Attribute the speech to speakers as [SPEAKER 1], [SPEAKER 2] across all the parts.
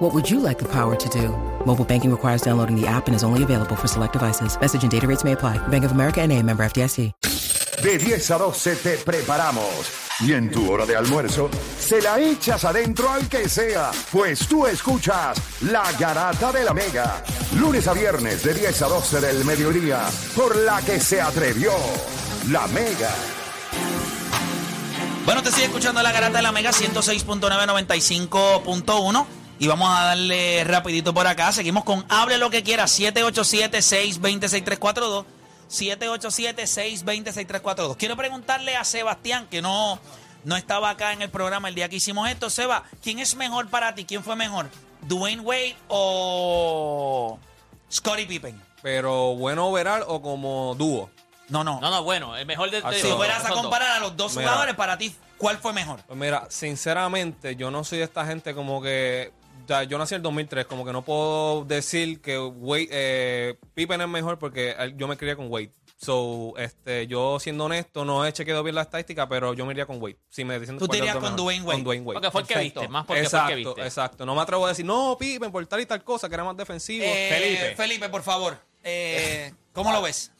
[SPEAKER 1] What would you like the power to do? Mobile banking requires downloading the app and is only available for select devices. Message and data rates may apply. Bank of America and a member FDIC.
[SPEAKER 2] De 10 a 12 te preparamos. Y en tu hora de almuerzo, se la echas adentro al que sea, pues tú escuchas La Garata de la Mega. Lunes a viernes de 10 a 12 del mediodía, por la que se atrevió La Mega.
[SPEAKER 3] Bueno, te sigue escuchando la garata de la Mega 106.995.1 y vamos a darle rapidito por acá. Seguimos con Hable lo que quiera 787 620 787-620-6342. Quiero preguntarle a Sebastián, que no, no estaba acá en el programa el día que hicimos esto. Seba, ¿quién es mejor para ti? ¿Quién fue mejor? ¿Dwayne Wade o Scottie Pippen?
[SPEAKER 4] Pero bueno overall o como dúo.
[SPEAKER 3] No, no.
[SPEAKER 5] No, no, bueno, el mejor de, de
[SPEAKER 4] Axel.
[SPEAKER 3] Si
[SPEAKER 4] no,
[SPEAKER 3] fueras a
[SPEAKER 5] son dos.
[SPEAKER 3] comparar a los dos
[SPEAKER 4] Mira.
[SPEAKER 3] jugadores, para ti, ¿cuál fue mejor?
[SPEAKER 4] Pues mira, sinceramente, yo no soy de esta gente como que. ya, yo nací en el 2003, como que no puedo decir que Wade, eh, Pippen es mejor porque eh, yo me crié con Wade. So, este, yo siendo honesto, no he chequeado bien la estadística, pero yo me iría con Wade. Si me dicen
[SPEAKER 3] Tú te
[SPEAKER 4] cuál de los
[SPEAKER 3] irías
[SPEAKER 4] dos
[SPEAKER 3] con
[SPEAKER 4] mejor.
[SPEAKER 3] Dwayne Wade.
[SPEAKER 4] Con Dwayne Wade.
[SPEAKER 5] Porque fue el que
[SPEAKER 4] Perfecto.
[SPEAKER 5] viste, más porque fue el
[SPEAKER 4] exacto,
[SPEAKER 5] que viste.
[SPEAKER 4] Exacto, no me atrevo a decir, no, Pippen, por tal y tal cosa, que era más defensivo.
[SPEAKER 3] Eh,
[SPEAKER 5] Felipe.
[SPEAKER 3] Felipe, por favor. Eh, ¿Cómo lo ves?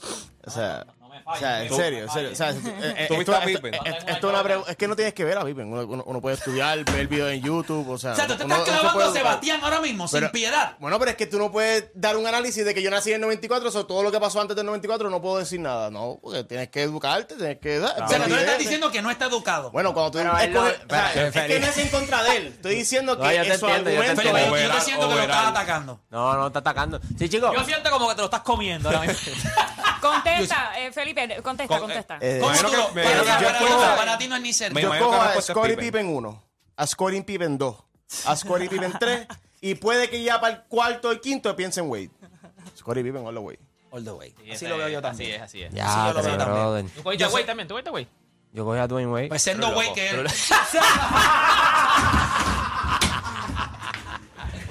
[SPEAKER 6] O sea,
[SPEAKER 5] falles,
[SPEAKER 6] o sea, en
[SPEAKER 5] tú-
[SPEAKER 6] serio, en serio. O sea, es- eh, eh,
[SPEAKER 4] ¿Tú viste
[SPEAKER 6] esto,
[SPEAKER 4] a
[SPEAKER 6] esto-
[SPEAKER 4] Pippen?
[SPEAKER 6] eh, esto es una pregu- es que no tienes que ver a Pippen. Uno, uno- uno puede estudiar, ver videos en YouTube. O
[SPEAKER 7] Ah,
[SPEAKER 6] sea,
[SPEAKER 3] O sea, tú te
[SPEAKER 6] uno-
[SPEAKER 3] estás
[SPEAKER 6] uno se
[SPEAKER 3] clavando
[SPEAKER 6] puede
[SPEAKER 3] a
[SPEAKER 6] educar.
[SPEAKER 3] Sebastián ahora mismo, sin
[SPEAKER 6] Pero-
[SPEAKER 3] piedad.
[SPEAKER 6] Bueno, pero es que tú no puedes dar un análisis de que yo nací en el 94, o sea, todo lo que pasó antes del 94 no puedo decir nada. No, porque tienes que educarte, tienes que dar.
[SPEAKER 3] O
[SPEAKER 6] ver
[SPEAKER 3] sea, que tú le
[SPEAKER 6] videos.
[SPEAKER 3] estás diciendo que no está educado.
[SPEAKER 6] Bueno, cuando tú
[SPEAKER 7] Pero él no-
[SPEAKER 6] escoges- o sea,
[SPEAKER 7] espérate,
[SPEAKER 6] es que no es en contra de él. Estoy diciendo que
[SPEAKER 7] No, yo te
[SPEAKER 6] es su
[SPEAKER 7] entiendo, yo te
[SPEAKER 6] argumento.
[SPEAKER 3] Felipe,
[SPEAKER 7] entiendo.
[SPEAKER 3] yo te
[SPEAKER 7] Overall,
[SPEAKER 3] siento que lo estás
[SPEAKER 7] overall.
[SPEAKER 3] atacando.
[SPEAKER 7] No, no, está atacando. Sí, chico.
[SPEAKER 5] Yo siento como que te lo estás comiendo ahora mismo.
[SPEAKER 8] Contesta, eh, Felipe, contesta, contesta.
[SPEAKER 7] Eh,
[SPEAKER 3] ¿Cómo
[SPEAKER 4] Bueno,
[SPEAKER 3] tú lo-
[SPEAKER 4] que me-
[SPEAKER 3] para,
[SPEAKER 4] yo
[SPEAKER 3] para-
[SPEAKER 4] escojo-
[SPEAKER 3] para- para ti no es ni cerca.
[SPEAKER 4] Me
[SPEAKER 6] Yo
[SPEAKER 4] imagino
[SPEAKER 6] cojo
[SPEAKER 4] que la
[SPEAKER 6] a
[SPEAKER 4] respuesta es
[SPEAKER 6] Scottie
[SPEAKER 4] Pippen.
[SPEAKER 6] Pippen 1, a Scottie Pippen 2, a Scottie Pippen 3 y puede que ya para el cuarto y quinto piensen Wade. Scottie Pippen all the way.
[SPEAKER 3] All the way.
[SPEAKER 5] Sí,
[SPEAKER 3] Así
[SPEAKER 5] esa
[SPEAKER 3] lo veo
[SPEAKER 5] es,
[SPEAKER 3] yo también.
[SPEAKER 5] Así es, así es.
[SPEAKER 3] Sí, yo
[SPEAKER 7] Ya,
[SPEAKER 3] lo veo también.
[SPEAKER 7] brother.
[SPEAKER 5] ¿Tú cogiste a Wade también? ¿Tú cogiste a Wade?
[SPEAKER 7] Yo cogí a Dwayne Wade.
[SPEAKER 3] Pues siendo güey que él.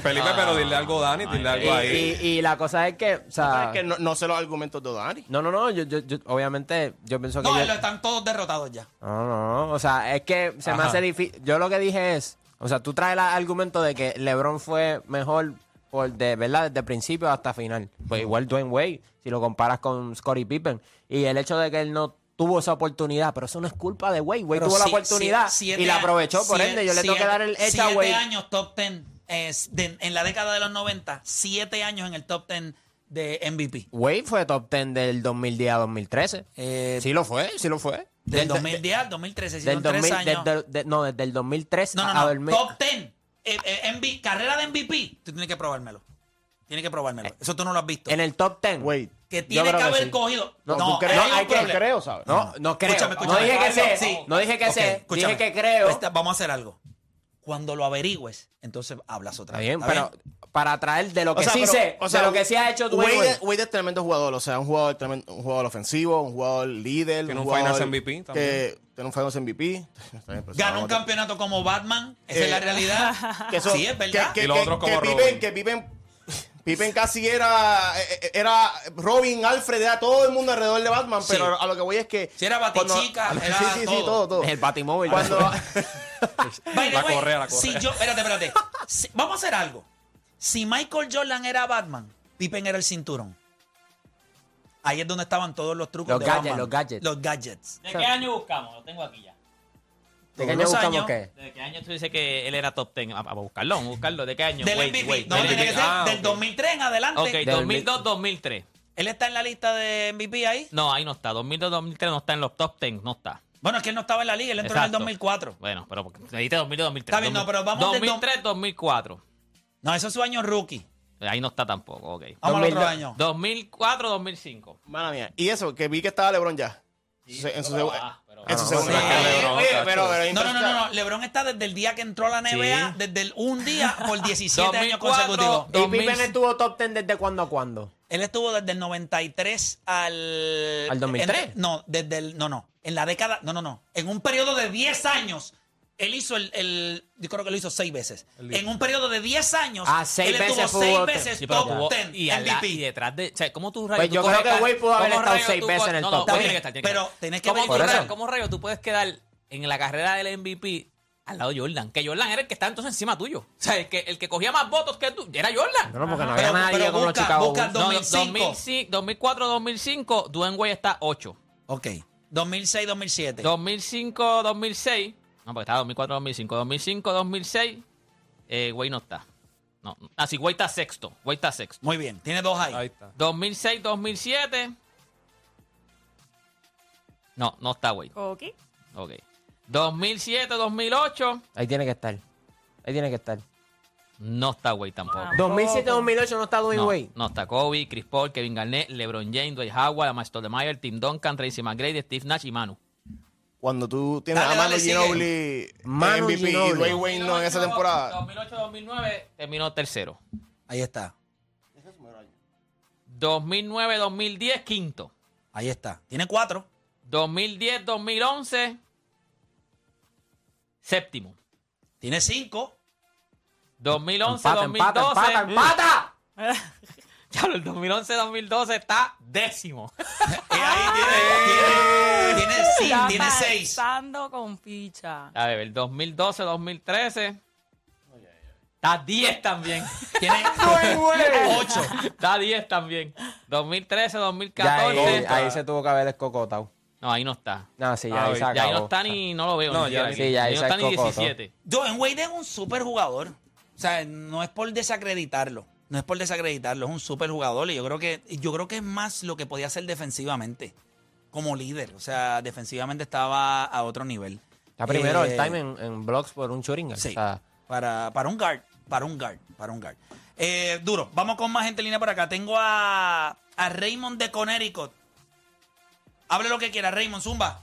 [SPEAKER 4] Felipe,
[SPEAKER 5] Ah.
[SPEAKER 4] pero dile algo a Dani, dile
[SPEAKER 3] Eh,
[SPEAKER 4] algo
[SPEAKER 7] y,
[SPEAKER 4] ahí.
[SPEAKER 7] y- y la cosa es que, o sea,
[SPEAKER 6] Es que no, no sé los argumentos de Dani.
[SPEAKER 7] no, no, no, yo, yo, yo- obviamente, yo pienso que
[SPEAKER 3] No,
[SPEAKER 7] yo-
[SPEAKER 3] lo están todos derrotados ya.
[SPEAKER 7] no, no, no, o sea, es que se me
[SPEAKER 5] Ajá.
[SPEAKER 7] hace difícil, yo lo que dije es, o sea, tú traes el argumento de que LeBron fue mejor por de verdad desde principio hasta final, pues igual Dwayne Wade, si lo comparas con Scottie Pippen y el hecho de que él no tuvo esa oportunidad, pero eso no es culpa de Wade, Wade
[SPEAKER 3] Pero
[SPEAKER 7] tuvo la
[SPEAKER 3] sí-
[SPEAKER 7] oportunidad
[SPEAKER 3] sí- siete
[SPEAKER 7] y la
[SPEAKER 3] años-
[SPEAKER 7] aprovechó, por
[SPEAKER 3] siete-
[SPEAKER 7] ende, yo le tengo que
[SPEAKER 3] siete-
[SPEAKER 7] dar el hecho a
[SPEAKER 3] Siete
[SPEAKER 7] Wade.
[SPEAKER 3] años top ten es de- en la década de los 90, siete años en el top ten de MVP.
[SPEAKER 7] Wade fue top 10 del 2010 a 2013.
[SPEAKER 3] Eh,
[SPEAKER 7] sí lo fue, sí lo fue.
[SPEAKER 3] Del
[SPEAKER 7] Del-
[SPEAKER 3] 2010 al 2013, si
[SPEAKER 7] Del
[SPEAKER 3] son tres
[SPEAKER 7] 2000,
[SPEAKER 3] años.
[SPEAKER 7] del- del- de- no, desde el 2003
[SPEAKER 3] No, no,
[SPEAKER 7] a
[SPEAKER 3] no.
[SPEAKER 7] 2000.
[SPEAKER 3] Top 10. Eh, eh, MV carrera de MVP. Tú tienes que probármelo. Tienes que probármelo. Eso tú no lo has visto.
[SPEAKER 7] Eh, En el top 10.
[SPEAKER 6] Wade.
[SPEAKER 3] que
[SPEAKER 6] yo
[SPEAKER 3] tiene que
[SPEAKER 6] creo
[SPEAKER 3] haber
[SPEAKER 6] sí.
[SPEAKER 3] cogido. No,
[SPEAKER 7] No, tú crees-
[SPEAKER 3] hay
[SPEAKER 7] no,
[SPEAKER 3] un
[SPEAKER 7] hay que-
[SPEAKER 3] problema.
[SPEAKER 6] Creo, ¿sabes?
[SPEAKER 7] No, no creo.
[SPEAKER 3] Escúchame,
[SPEAKER 7] no
[SPEAKER 3] escúchame.
[SPEAKER 7] dije que sé.
[SPEAKER 3] Sí.
[SPEAKER 7] No dije que
[SPEAKER 3] Ok,
[SPEAKER 7] sé.
[SPEAKER 3] escúchame.
[SPEAKER 7] Dije que creo.
[SPEAKER 3] Esta- vamos a hacer algo. Cuando lo averigües, entonces hablas otra
[SPEAKER 7] Está
[SPEAKER 3] vez.
[SPEAKER 7] bien,
[SPEAKER 3] ¿Está
[SPEAKER 7] pero para traer de lo que sí
[SPEAKER 6] pero-
[SPEAKER 7] sé,
[SPEAKER 6] o sea,
[SPEAKER 7] de lo que sí ha hecho Dwayne
[SPEAKER 6] Wade,
[SPEAKER 7] Wade.
[SPEAKER 6] es- Wade es tremendo jugador, o sea, un jugador tremendo, un jugador ofensivo, un jugador líder,
[SPEAKER 4] Tiene un
[SPEAKER 6] jugador
[SPEAKER 4] Finals MVP también.
[SPEAKER 6] que- tiene un Finals MVP. Está bien, pero
[SPEAKER 7] pues,
[SPEAKER 3] Ganó un
[SPEAKER 6] vamos a-
[SPEAKER 3] campeonato como Batman. Esa es
[SPEAKER 6] Eh,
[SPEAKER 3] la realidad.
[SPEAKER 6] que eso-
[SPEAKER 3] sí, es verdad.
[SPEAKER 6] Que, que,
[SPEAKER 4] Y los
[SPEAKER 6] que-
[SPEAKER 4] otros
[SPEAKER 6] que
[SPEAKER 4] como Robin.
[SPEAKER 6] Pippen, que Pippen, Pippen casi era, eh, era Robin, Alfred, era todo el mundo alrededor de Batman,
[SPEAKER 3] Sí.
[SPEAKER 6] pero a lo que voy es que...
[SPEAKER 3] Si era
[SPEAKER 6] cuando-
[SPEAKER 3] Batichica, era
[SPEAKER 6] sí, sí, sí,
[SPEAKER 3] todo.
[SPEAKER 6] todo, todo.
[SPEAKER 7] Es el batimóvil.
[SPEAKER 6] Cuando,
[SPEAKER 3] By the
[SPEAKER 4] La
[SPEAKER 3] way,
[SPEAKER 4] correa, la correa.
[SPEAKER 3] Si yo, espérate, espérate. Si- vamos a hacer algo. Si Michael Jordan era Batman, Pippen era el cinturón. Ahí es donde estaban todos los trucos
[SPEAKER 7] Los
[SPEAKER 3] de
[SPEAKER 7] gadgets,
[SPEAKER 3] Batman.
[SPEAKER 7] los gadgets.
[SPEAKER 3] Los gadgets.
[SPEAKER 5] ¿De qué año buscamos? Lo tengo aquí ya.
[SPEAKER 7] ¿De qué
[SPEAKER 3] Unos
[SPEAKER 7] año buscamos
[SPEAKER 3] años.
[SPEAKER 7] qué?
[SPEAKER 5] ¿De qué año tú dices que él era top 10? A, a buscarlo, a buscarlo. ¿De qué año?
[SPEAKER 3] Del
[SPEAKER 5] Wade,
[SPEAKER 3] MVP.
[SPEAKER 5] Wade,
[SPEAKER 3] no,
[SPEAKER 5] del
[SPEAKER 3] tiene que
[SPEAKER 5] MVP.
[SPEAKER 3] ser
[SPEAKER 5] Ah,
[SPEAKER 3] del 2003 en adelante.
[SPEAKER 5] Ok, 2002-2003.
[SPEAKER 3] Él está en la lista de MVP ahí.
[SPEAKER 5] No, ahí no está. 2002-2003 no está en los top 10. No está.
[SPEAKER 3] Bueno, es que él no estaba en la liga, él entró en el
[SPEAKER 5] Exacto.
[SPEAKER 3] 2004.
[SPEAKER 5] Bueno, pero porque- me dijiste 2002-2003.
[SPEAKER 3] Está bien, no, pero vamos del
[SPEAKER 5] 2003-2004.
[SPEAKER 3] No, eso es su año rookie.
[SPEAKER 5] Ahí no está tampoco, ok.
[SPEAKER 3] Vamos al otro
[SPEAKER 7] 2002.
[SPEAKER 3] año.
[SPEAKER 5] 2004-2005.
[SPEAKER 6] Mala mía. Y eso, que vi que estaba LeBron ya. Se- en su,
[SPEAKER 5] pero
[SPEAKER 6] segu-
[SPEAKER 5] va, pero
[SPEAKER 6] en su
[SPEAKER 4] va.
[SPEAKER 6] segunda.
[SPEAKER 4] Sí,
[SPEAKER 6] carrera.
[SPEAKER 4] oye,
[SPEAKER 6] pero, pero
[SPEAKER 3] No, no, no, no, no. LeBron está desde el día que entró a la NBA, desde el un día por 17 años
[SPEAKER 5] 2004,
[SPEAKER 3] consecutivos.
[SPEAKER 7] Y Pippen estuvo top 10 desde cuándo a cuándo.
[SPEAKER 3] Él estuvo desde el 93 al.
[SPEAKER 7] ¿Al 2003?
[SPEAKER 3] en- no, desde el. No, no. En la década. No, no, no. En un periodo de 10 años. Él hizo el, el- Yo creo que lo hizo seis veces. En un periodo de 10 años.
[SPEAKER 7] Ah, seis
[SPEAKER 3] él
[SPEAKER 7] veces
[SPEAKER 3] estuvo
[SPEAKER 7] fue
[SPEAKER 3] seis
[SPEAKER 7] otro.
[SPEAKER 3] veces
[SPEAKER 5] Sí, pero jugó-
[SPEAKER 3] top 10
[SPEAKER 5] y, al la-
[SPEAKER 3] MVP.
[SPEAKER 5] y detrás de. O sea, ¿cómo tú
[SPEAKER 7] Pues yo
[SPEAKER 5] tú
[SPEAKER 7] creo
[SPEAKER 5] puedes
[SPEAKER 7] que Wade
[SPEAKER 5] quedar-
[SPEAKER 7] pudo haber
[SPEAKER 5] cómo
[SPEAKER 7] estado
[SPEAKER 5] rayos
[SPEAKER 7] seis
[SPEAKER 5] tú
[SPEAKER 7] veces
[SPEAKER 5] puedes-
[SPEAKER 7] en el
[SPEAKER 5] no,
[SPEAKER 7] top
[SPEAKER 5] No,
[SPEAKER 3] ten.
[SPEAKER 5] tiene que estar, tiene que
[SPEAKER 3] Pero
[SPEAKER 5] estar.
[SPEAKER 3] tenés que
[SPEAKER 5] ¿Cómo
[SPEAKER 3] ver-
[SPEAKER 5] tú
[SPEAKER 7] Por
[SPEAKER 5] ra-
[SPEAKER 7] eso.
[SPEAKER 5] ¿Cómo rayos tú puedes quedar en la carrera del MVP al lado de Jordan? Que Jordan era el que estaba entonces encima tuyo. O sea, el que, el que cogía más votos que tú era Jordan.
[SPEAKER 7] No, no, porque no
[SPEAKER 3] Pero-
[SPEAKER 7] había nadie
[SPEAKER 3] pero
[SPEAKER 7] como los
[SPEAKER 3] busca-
[SPEAKER 7] Chicago
[SPEAKER 3] busca
[SPEAKER 7] Bulls.
[SPEAKER 5] No, no,
[SPEAKER 3] 2005.
[SPEAKER 5] 2005, 2004, 2005, Dwayne Wade está 8.
[SPEAKER 3] Ok. 2006, 2007.
[SPEAKER 5] 2005, 2006. No, porque estaba 2004, 2005. 2005, 2006. Eh, Wade no está. No. Así, Wade está sexto. Wade está sexto.
[SPEAKER 3] Muy bien. Tiene dos ahí.
[SPEAKER 4] Ahí está.
[SPEAKER 5] 2006, 2007. No, no está Wade.
[SPEAKER 8] Ok.
[SPEAKER 5] Ok. 2007, 2008.
[SPEAKER 7] Ahí tiene que estar. Ahí tiene que estar.
[SPEAKER 5] No está Wade tampoco.
[SPEAKER 7] 2007-2008 no está Dwayne
[SPEAKER 5] No,
[SPEAKER 7] Wade.
[SPEAKER 5] no está Kobe, Chris Paul, Kevin Garnett, LeBron James, Dwight Howard, Amar Stoudemire, Tim Duncan, Tracy McGrady, Steve Nash y Manu.
[SPEAKER 6] Cuando tú tienes
[SPEAKER 3] Dale,
[SPEAKER 6] a Manu
[SPEAKER 3] dale, sigue.
[SPEAKER 6] Ginobili
[SPEAKER 7] Manu
[SPEAKER 6] MVP y
[SPEAKER 7] Ginobili.
[SPEAKER 6] Dwayne Wayne no en esa temporada.
[SPEAKER 5] 2008-2009 terminó tercero.
[SPEAKER 3] Ahí está.
[SPEAKER 5] 2009-2010 quinto.
[SPEAKER 3] Ahí está. Tiene cuatro.
[SPEAKER 5] 2010-2011 séptimo.
[SPEAKER 3] Tiene cinco.
[SPEAKER 5] 2011-2012
[SPEAKER 7] Empata, empata, empata, empata.
[SPEAKER 5] Ya, el 2011-2012 está décimo.
[SPEAKER 3] Y ahí tiene, tiene, tiene, sí,
[SPEAKER 8] Está
[SPEAKER 3] tiene seis.
[SPEAKER 8] Pasando con ficha.
[SPEAKER 5] A ver, el 2012-2013 está 10 también.
[SPEAKER 3] Tiene ocho.
[SPEAKER 5] Está 10 también. 2013-2014.
[SPEAKER 7] Ya, ahí, ahí se tuvo que haber escocotado.
[SPEAKER 5] No, ahí no está.
[SPEAKER 7] No, sí,
[SPEAKER 4] Ah,
[SPEAKER 7] ya ahí se
[SPEAKER 4] ya
[SPEAKER 5] Ya ahí no
[SPEAKER 7] acabó.
[SPEAKER 5] está ni, no lo veo.
[SPEAKER 4] No,
[SPEAKER 5] ni
[SPEAKER 4] ya ni-
[SPEAKER 5] siquiera aquí.
[SPEAKER 7] sí, ya
[SPEAKER 5] Ahí
[SPEAKER 7] ahí
[SPEAKER 5] no
[SPEAKER 7] se
[SPEAKER 5] está ni
[SPEAKER 7] descocotó.
[SPEAKER 5] 17.
[SPEAKER 3] Dwayne Wade es un super jugador. O sea, no es por desacreditarlo. No es por desacreditarlo, es un super jugador. Y yo creo que, y yo creo que es más lo que podía hacer defensivamente, como líder. O sea, defensivamente estaba a otro nivel.
[SPEAKER 7] Está primero
[SPEAKER 3] Eh,
[SPEAKER 7] el time en, en blocks por un churinga.
[SPEAKER 3] Sí. Para, para un guard. Para un guard. Para un guard. Eh, duro. Vamos con más gente en línea por acá. Tengo a, a Raymond de Connecticut. Hable lo que quiera, Raymond. Zumba.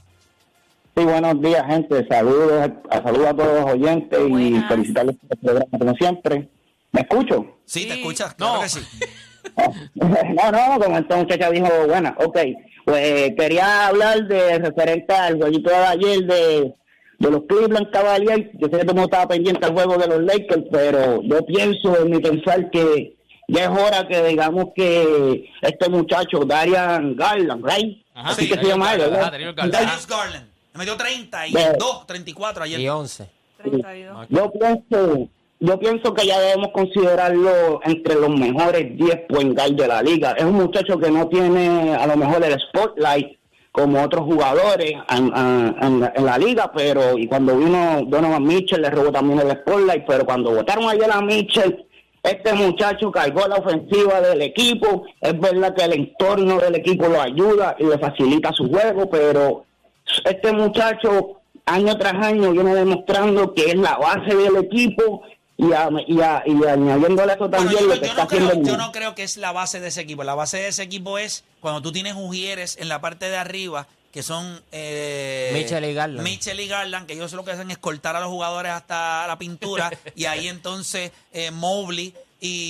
[SPEAKER 9] Sí, buenos días, gente. Saludos, a- saludos a todos los oyentes
[SPEAKER 8] Buenas.
[SPEAKER 9] y felicitarles por el programa, como siempre. ¿Me escucho?
[SPEAKER 3] Sí, te
[SPEAKER 8] Sí.
[SPEAKER 3] escuchas. Claro
[SPEAKER 5] No.
[SPEAKER 3] que sí.
[SPEAKER 9] no, no, como esta muchacha dijo, buena, ok. Pues quería hablar de referente al jueguito de ayer de, de los Cleveland Cavaliers. Yo sé que todo el mundo estaba pendiente al juego de los Lakers, pero yo pienso en mi pensar que ya es hora que digamos que este muchacho, Darian Garland, ¿right?
[SPEAKER 5] Ajá,
[SPEAKER 9] Así
[SPEAKER 5] sí,
[SPEAKER 9] que se llama él,
[SPEAKER 5] Darian
[SPEAKER 9] ¿verdad?
[SPEAKER 5] Garland, Darian Garland.
[SPEAKER 3] Darius Garland. Me dio 32, 34 ayer.
[SPEAKER 7] Y 11.
[SPEAKER 8] 32.
[SPEAKER 9] Yo pienso, yo pienso que ya debemos considerarlo entre los mejores 10 point guard de la liga. Es un muchacho que no tiene a lo mejor el spotlight como otros jugadores en, en- en la- en la liga, pero y cuando vino Donovan Mitchell le robó también el spotlight, pero cuando votaron ayer a Mitchell, este muchacho cargó la ofensiva del equipo. Es verdad que el entorno del equipo lo ayuda y le facilita su juego, pero este muchacho año tras año viene demostrando que es la base del equipo y, a- y, a- y añadiéndole eso
[SPEAKER 3] Bueno,
[SPEAKER 9] también
[SPEAKER 3] yo,
[SPEAKER 9] lo que
[SPEAKER 3] yo
[SPEAKER 9] está
[SPEAKER 3] no creo,
[SPEAKER 9] haciendo.
[SPEAKER 3] yo no creo que es la base de ese equipo. La base de ese equipo es cuando tú tienes Ujieres en la parte de arriba, que son... Eh,
[SPEAKER 7] Mitchell y Garland.
[SPEAKER 3] Mitchell y Garland, que ellos lo que hacen es cortar a los jugadores hasta la pintura. y ahí entonces eh, Mobley